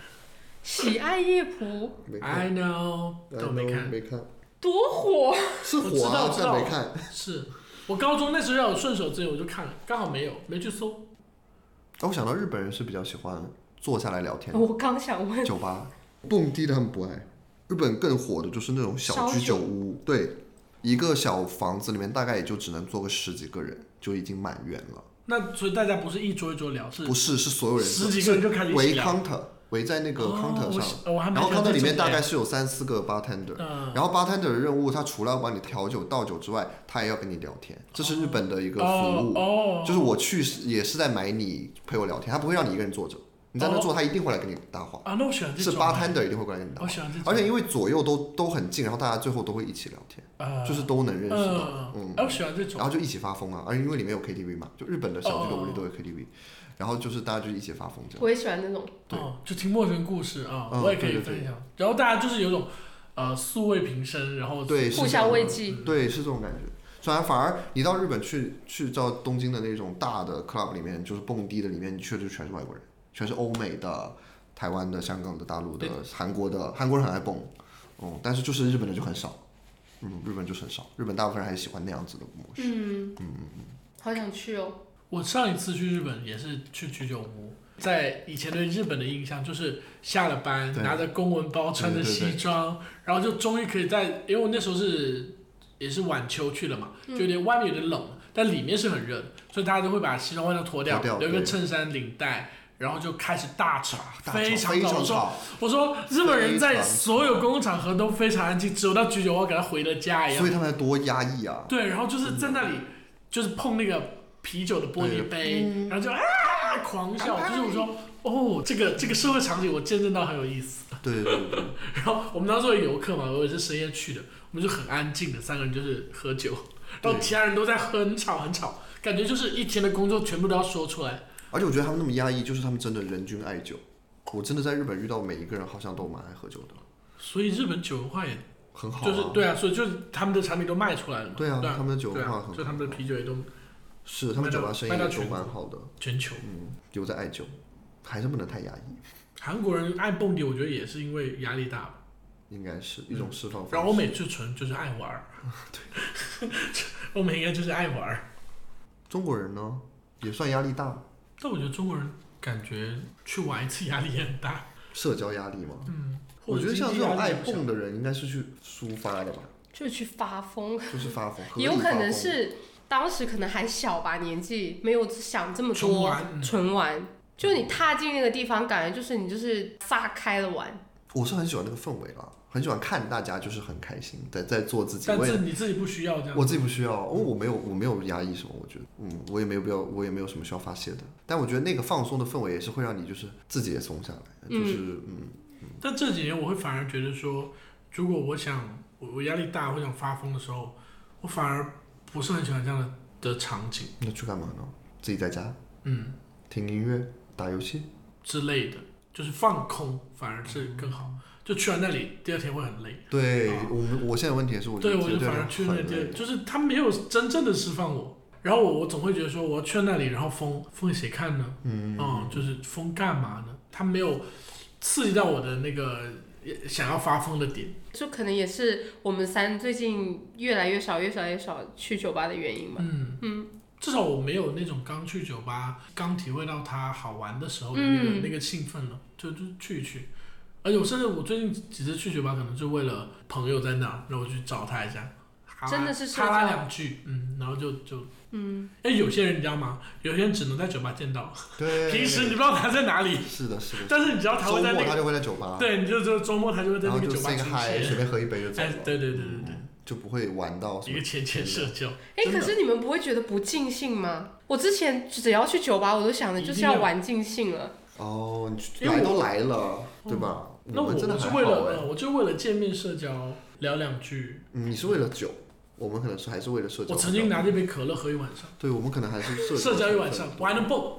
喜爱夜蒲没看，哎 I know，都哎没看。没看，多火，是我知火道啊，知但道没看。是我高中那时候要有顺手之友，我就看了，刚好没有，没去搜。但哦我想到日本人是比较喜欢坐下来聊天的，我刚想问，酒吧蹦迪的他们不爱。日本更火的就是那种小烧居酒酒屋，对，一个小房子里面大概也就只能坐个十几个人，就已经满员了。那所以大家不是一桌一桌聊，是不是，是所有人十几个人就开始一起围聊 counter，围在那个哦 counter 我上，是呃我还没然后觉得 counter 里面这大种概是有三四个 bartender，嗯然后 bartender 的任务，他除了要帮你调酒倒酒之外，他也要跟你聊天，这是日本的一个服务，哦，就是我去是也是在买你陪我聊天，他不会让你一个人坐着，你在那坐，他一定会来跟你搭话，啊，那我喜哦欢这是种， bartender 一定会过来跟你搭我话，喜欢这种，而且因为左右都都很近，然后大家最后都会一起聊天，呃就是都能认识到嗯，嗯。哎，我喜欢这种然，后就一起发疯啊，而且因为里面有 KTV 嘛，就日本的小哦俱乐部里哦都有 KTV，、然后就是大家就一起发疯这样。我也喜欢那种，对哦，就听陌生故事啊，嗯我也可以对对对分享。然后大家就是有种呃素未平生，然后对，是互这相样的慰藉。对，是这种感觉。虽然反而你到日本去去到东京的那种大的 club 里面，就是蹦迪的里面，你去的就全是外国人，全是欧美的、台湾的、香港的、大陆的对、韩国的，韩国人很爱蹦，嗯，但是就是日本的就很少，嗯，日本就是很少，日本大部分人还是喜欢那样子的模式。嗯，好想去哦。我上一次去日本也是去居酒屋，在以前对日本的印象就是下了班对拿着公文包，穿着对对对西装，然后就终于可以在，因为我那时候是也是晚秋去了嘛，就有点外面有点冷，但里面是很热的，所以大家都会把西装外套脱掉，脱掉留一个对啊衬衫领带。然后就开始大吵，大非常吵非吵。我常说，吵，我说日本人非在常所有公共场合都非常安静，只有到居酒屋给他回了家一样所以。他们要多压抑啊！对，然后就是在那里，就是碰那个啤酒的玻璃杯，然后就啊狂笑，就是我说哦，这个这个社会场景我见证到很有意思。对对对 [laughs] 对，然后我们当时有游客嘛，我也是深夜去的，我们就很安静的三个人就是喝酒，然后对其他人都在很吵很吵，感觉就是一天的工作全部都要说出来。而且我觉得他们那么压抑，就是他们真的人均爱酒。我真的在日本遇到每一个人，好像都蛮爱喝酒的，所以日本酒文化也很好、啊。就是对啊，所以就是他们的产品都卖出来了嘛。对啊，对啊他，们的酒对文化啊很好，所以他们的啤酒也都是他们酒吧生意卖到卖也到都全蛮好的，全球。嗯，有在爱酒，还是不能太压抑，韩国人爱蹦迪，我觉得也是因为压力大吧。应该是一种释放然方后欧式。美就纯就是爱玩儿，对，欧美应该就是爱玩儿。中国人呢，也算压力大，但我觉得中国人感觉去玩一次压力也很大，社交压力嘛。或我者觉得像这种爱经济压力也很蹦的人，应该是去抒发的吧，就去发疯，就是发疯，合也理有可发能疯是当时可能还小吧，年纪没有想这么小纯多，玩。嗯纯玩。就你踏进那个地方，感觉就是你就是撒开了玩，我是很喜欢那个氛围啦，很喜欢看大家就是很开心，在在做自己。但我是也你自己不需要这样。我自己不需要，因为我没有我没有压抑什么，我觉得，嗯，我也没有必要，我也没有什么需要发泄的。但我觉得那个放松的氛围也是会让你就是自己也松下来，就是嗯但这几年我会反而觉得说，如果我想我我压力大，我想发疯的时候，我反而不是很喜欢这样的的场景，那去干嘛呢？自己在家嗯听音乐、打游戏。之类的，就是放空反而是更好。嗯就去完那里，第二天会很累。对、啊我们，我现在问题也是，我觉对，得我绝就对反而去那很累地，就是他没有真正的释放我。然后我我总会觉得说，我要去那里，然后疯疯给谁看呢？嗯，嗯，就是疯干嘛呢？他没有刺激到我的那个也想要发疯的点。就可能也是我们三最近越来越少、越少、越少去酒吧的原因吧。嗯嗯，至少我没有那种刚去酒吧、刚体会到它好玩的时候的那个、嗯那个兴奋了，就就去一去。而且我甚至我最近几次去酒吧，可能就为了朋友在那儿，然后我去找他一下，哈拉真的是社哈拉交两句，嗯，然后就就，嗯，哎，有些人你知道吗？有些人只能在酒吧见到，[laughs] 对，平时你不知道他在哪里，是的，是的，但是你知道他周会在末那他个，就会在酒吧，，对，你就就周末他就会在然那后个就酒吧 say 个 hi，出随现，便喝一杯就走哎了，，对对对对对，就不会玩到什一么个浅浅社交，哎，真可的是你们不会觉得不尽兴吗？我之前只要去酒吧，我都想着就是一定要要玩尽兴了。哦，你因为我来嗯都来了，对吧？那我们真的我还是好为了，哎呃，我就为了见面社交聊两句。嗯你是为了酒，我们可能是还是为了社交。我曾经拿这杯可乐喝一晚上，对，我们可能还是社社交一晚上成分玩的蹦。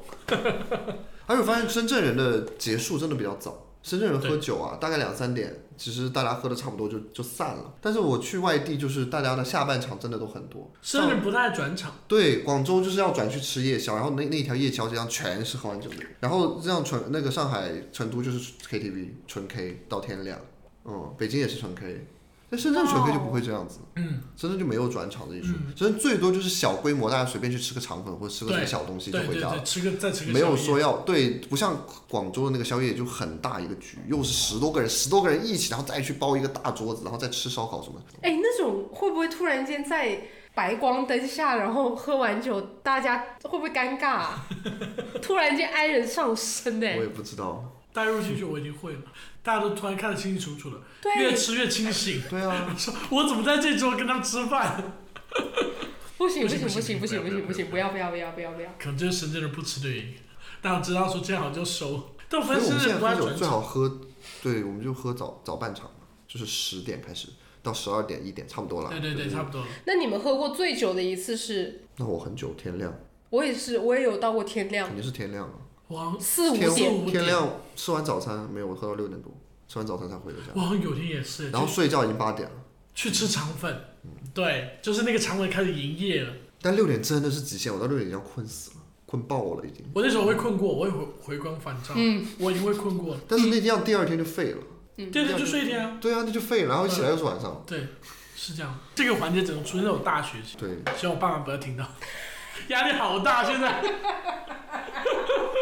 而且我发现深圳人的结束真的比较早，深圳人喝对酒啊，大概两三点，其实大家喝的差不多就就散了。但是我去外地，就是大家的下半场真的都很多。深圳不太爱转场，对，广州就是要转去吃夜宵，然后那那一条夜宵街上全是喝完酒的人，然后这样纯那个上海、成都就是 KTV 纯 K 到天亮，嗯，北京也是纯 K，但深圳纯 K 就不会这样子，嗯，深圳就没有转场这一说，深圳最多就是小规模，大家随便去吃个肠粉或者吃个什么对小东西就对回对家了对，。吃个再吃个没宵有夜说要对，不像广州的那个宵夜就很大一个局，又是十多个人，十多个人一起，然后再去包一个大桌子，然后再吃烧烤什么的。哎，那种会不会突然间在白光灯下，然后喝完酒，大家会不会尴尬、啊？突然间哀人上身的、哎我也不知道。带入进去，我已经会了。大家都突然看得清清楚楚的，越对，吃越清醒。 [laughs] 对啊，说我怎么在这桌跟他们吃饭？不行不行行不不行行不不行不要行不行，不不要不要不要不要不要！可能就是深圳人不吃的原因。大家知道说这样好像就收，但我发所现以我深圳们现在人不喝爱酒转最场。好喝，对，我们就喝早早半场嘛，就是十点开始到十二点一点差不多了。对对对，就是差不多了。那你们喝过最久的一次是？那我很久天亮，我也是，我也有到过天亮肯，定是天亮了。我好像四五天点。五天点亮吃完早餐没有？我喝到六点多，吃完早餐才回的家，我好像有天也是，然后嗯就睡觉已经八点了。去吃肠粉，对，就是那个肠粉开始营业了。但六点真的是极限，我到六点已经要困死了，困爆了已经。我那时候会困过，我也回回光返照，嗯，我已经会困过了。但是那这样第二天就废了。第二天就睡一天啊，对啊，那就废了，然后一起来又是晚上。对，是这样。这个环节只能出现在我大学时，对，希望我爸妈不要听到， [laughs] 压力好大现在。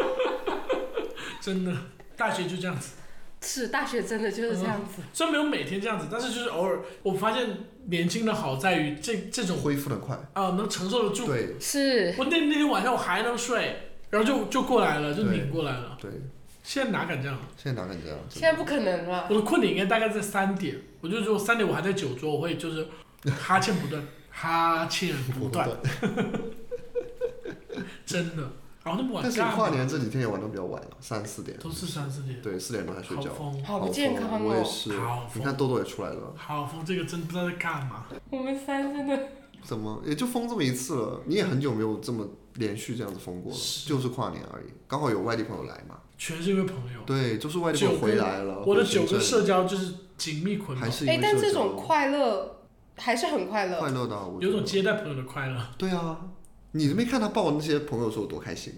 [laughs] 真的，大学就这样子，是大学真的就是这样子，虽然没有每天这样子，但是就是偶尔，我发现年轻的好在于这这种恢复的快。啊、能承受得住。对是我那那天晚上我还能睡，然后就就过来了，就拧过来了。对，现在哪敢这样？现在哪敢这样？现在不可能了。我的困点应该大概在三点，我就如果三点我还在酒桌，我会 [laughs] 就是哈欠不断，哈欠不断，断。 [laughs] 真的。然后那么晚但是你干跨嘛？年这几天也玩的比较晚了，三四点。都是三四点，对，四点多还睡好觉。疯，好不疯健康我哦也！是好。你疯看豆豆也出来了，好疯，这个真不知道在干嘛。我们三真的怎么也就疯这么一次了？你也很久没有这么连续这样子疯过了，是就是跨年而已。刚好有外地朋友来嘛。全是因为朋友，对，就是外地朋友九个回来了。我的回深九个圳社交就是紧密捆呃还绑，是因哎为，但社这交种快乐还是很快乐快。乐的啊，我有觉种得接待朋友的快乐。对啊，你没看他抱那些朋友的时候多开心，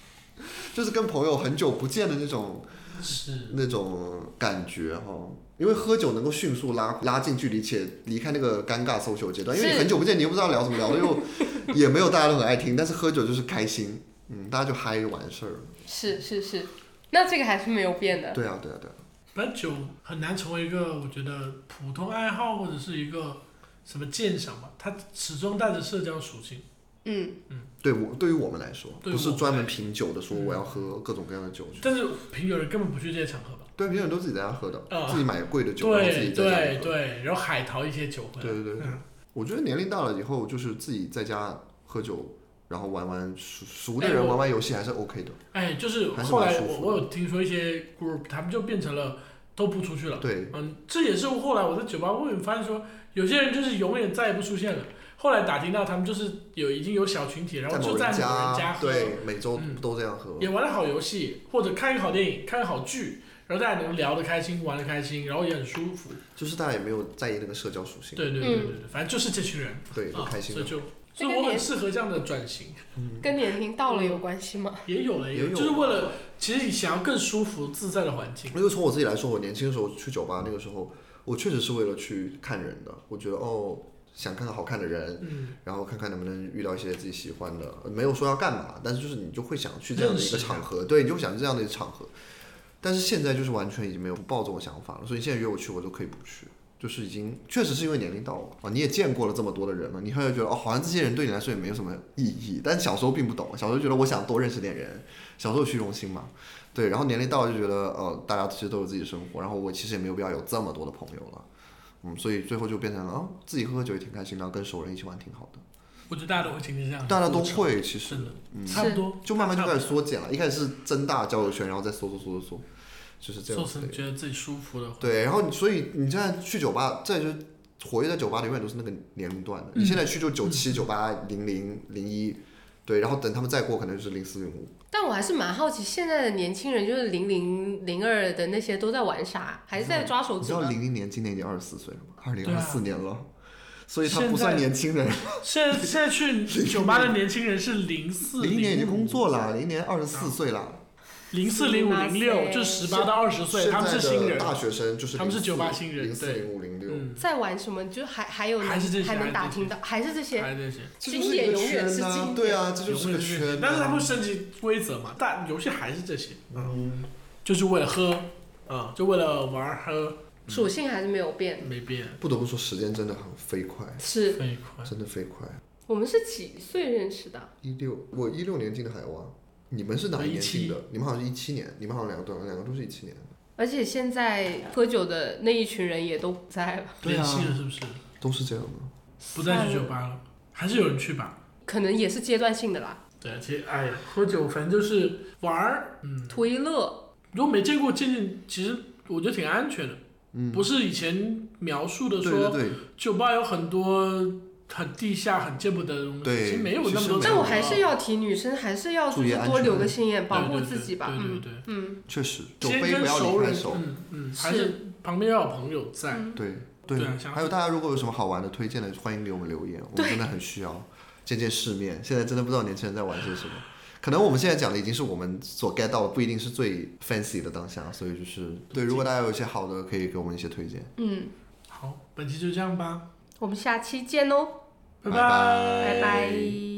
[laughs] 就是跟朋友很久不见的那种是，那种感觉哈、因为喝酒能够迅速拉拉近距离，且离开那个尴尬 social 阶段，因为你是很久不见，你又不知道聊什么，聊了又 [laughs] 也没有大家都很爱听，但是喝酒就是开心，嗯，大家就嗨就完事儿了。是是是，那这个还是没有变的。对啊，对啊，对啊，反正酒很难成为一个我觉得普通爱好或者是一个什么鉴赏吧，它始终带着社交属性。嗯。对我对于我们来说，对不是我们嗯专门品酒的说我要喝各种各样的酒去，但是品酒人根本不去这些场合吧？对，别人都自己在家喝的，啊自己买贵的酒，然后自己对在家对里喝。对，然后海淘一些酒回来。对对对嗯我觉得年龄大了以后，就是自己在家喝酒，然后玩玩熟熟的哎人我玩玩游戏还是 OK 的。哎，就是还是后来蛮舒我服的我有听说一些 group，他们就变成了都不出去了。对，嗯，这也是后来我在酒吧外面发现说，有些人就是永远再也不出现了。后来打听到他们就是有已经有小群体，然后就在某人家家，喝，对，每周嗯都这样喝。也玩了好游戏，或者看个好电影，看个好剧，然后大家能聊得开心，玩得开心，然后也很舒服。就是大家也没有在意那个社交属性，对对对对对，反正就是这群人对，都啊，开心所的以。就嗯这所以个我很年适合这样的转型。跟年龄到了有关系吗？也有了，也有啊就是为了其实想要更舒服自在的环境。因为从我自己来说，我年轻的时候去酒吧，那个时候我确实是为了去看人的。我觉得哦，想看看好看的人，嗯，然后看看能不能遇到一些自己喜欢的，呃没有说要干嘛，但是就是你就会想去这样的一个场合，对，你就想去这样的一个场合。但是现在就是完全已经没有不抱这种想法了，所以现在约我去我都可以不去，就是已经确实是因为年龄到了啊，你也见过了这么多的人了，你会觉得哦，好像这些人对你来说也没有什么意义，但小时候并不懂，小时候觉得我想多认识点人，小时候有虚荣心嘛，对，然后年龄到了就觉得呃，大家其实都有自己的生活，然后我其实也没有必要有这么多的朋友了。嗯，所以最后就变成了啊，自己喝喝酒也挺开心的，跟熟人一起玩挺好的，我觉得大家都会经历这样的过大程，家都会其实嗯是的，差不多，就慢慢就开始说，缩减了，一开始是增大交友圈，然后再缩缩缩缩缩，就是这样做子成的。觉得自己舒服的，对，然后你所以你现在去酒吧，再就是活跃在酒吧的永远都是那个年龄段的，嗯你现在去就九七、九八、零零、零一，对，然后等他们再过可能就是零四、零五，嗯但我还是蛮好奇，现在的年轻人就是零零零二的那些都在玩啥？还是在抓手你指知道吗？零零年今年已经二十四岁了吗？二零对二啊四年了，所以他不现在算年轻人，现 [laughs] 在现在去酒吧的年轻人是零啊四零一年已经工作了，了，零一年二十四岁了。零四零五零六就十八到二十岁，现他们是在新的人，大学生就是他们是04 98新人零四对零五零六，嗯，在玩什么？就还还有还是这些还还能是打这些听到，还是这些。还是这些。这经哎就是一典个永远圈是呐经典对啊，这就是永个远是这些圈。但是他会，设计规则嘛，但游戏还是这些，嗯，就是为了喝，啊，就为了玩儿喝，属性还是没有变，没变，不得不说，时间真的很飞快，是飞快。真的飞快。我们是几岁认识的？一六，我一六年进的海王，你们是哪一年进的？你们好像是一七年，你们好像两个都两个都是一七年的，而且现在喝酒的那一群人也都不在了，对啊联系了是不是？都是这样的。不再去散嗯酒了吧了，还是有人去吧？可能也是阶段性的啦，对，其实哎，喝酒反正就是玩儿，嗯，图一乐。如果没见过见见，其实我觉得挺安全的，嗯，不是以前描述的对说对对，酒吧有很多很地下、很见不得的东西，对其实没有那么其实多。没有但我还是要提，女生还是要注就意是安多全留个心眼，保护啊对自己吧。对对嗯对对嗯，确实，啊酒先杯跟不要熟离开人，手。嗯嗯，是还是旁边要有朋友在，嗯对对啊像还有大家如果有什么好玩的推荐的，欢迎给我们留言，我们真的很需要见见世面。现在真的不知道年轻人在玩些什么，可能我们现在讲的已经是我们所 get 到的，不一定是最 fancy 的当下，所以就是对，如果大家有一些好的，可以给我们一些推荐。嗯，好，本期就这样吧，我们下期见哦，拜拜拜拜拜。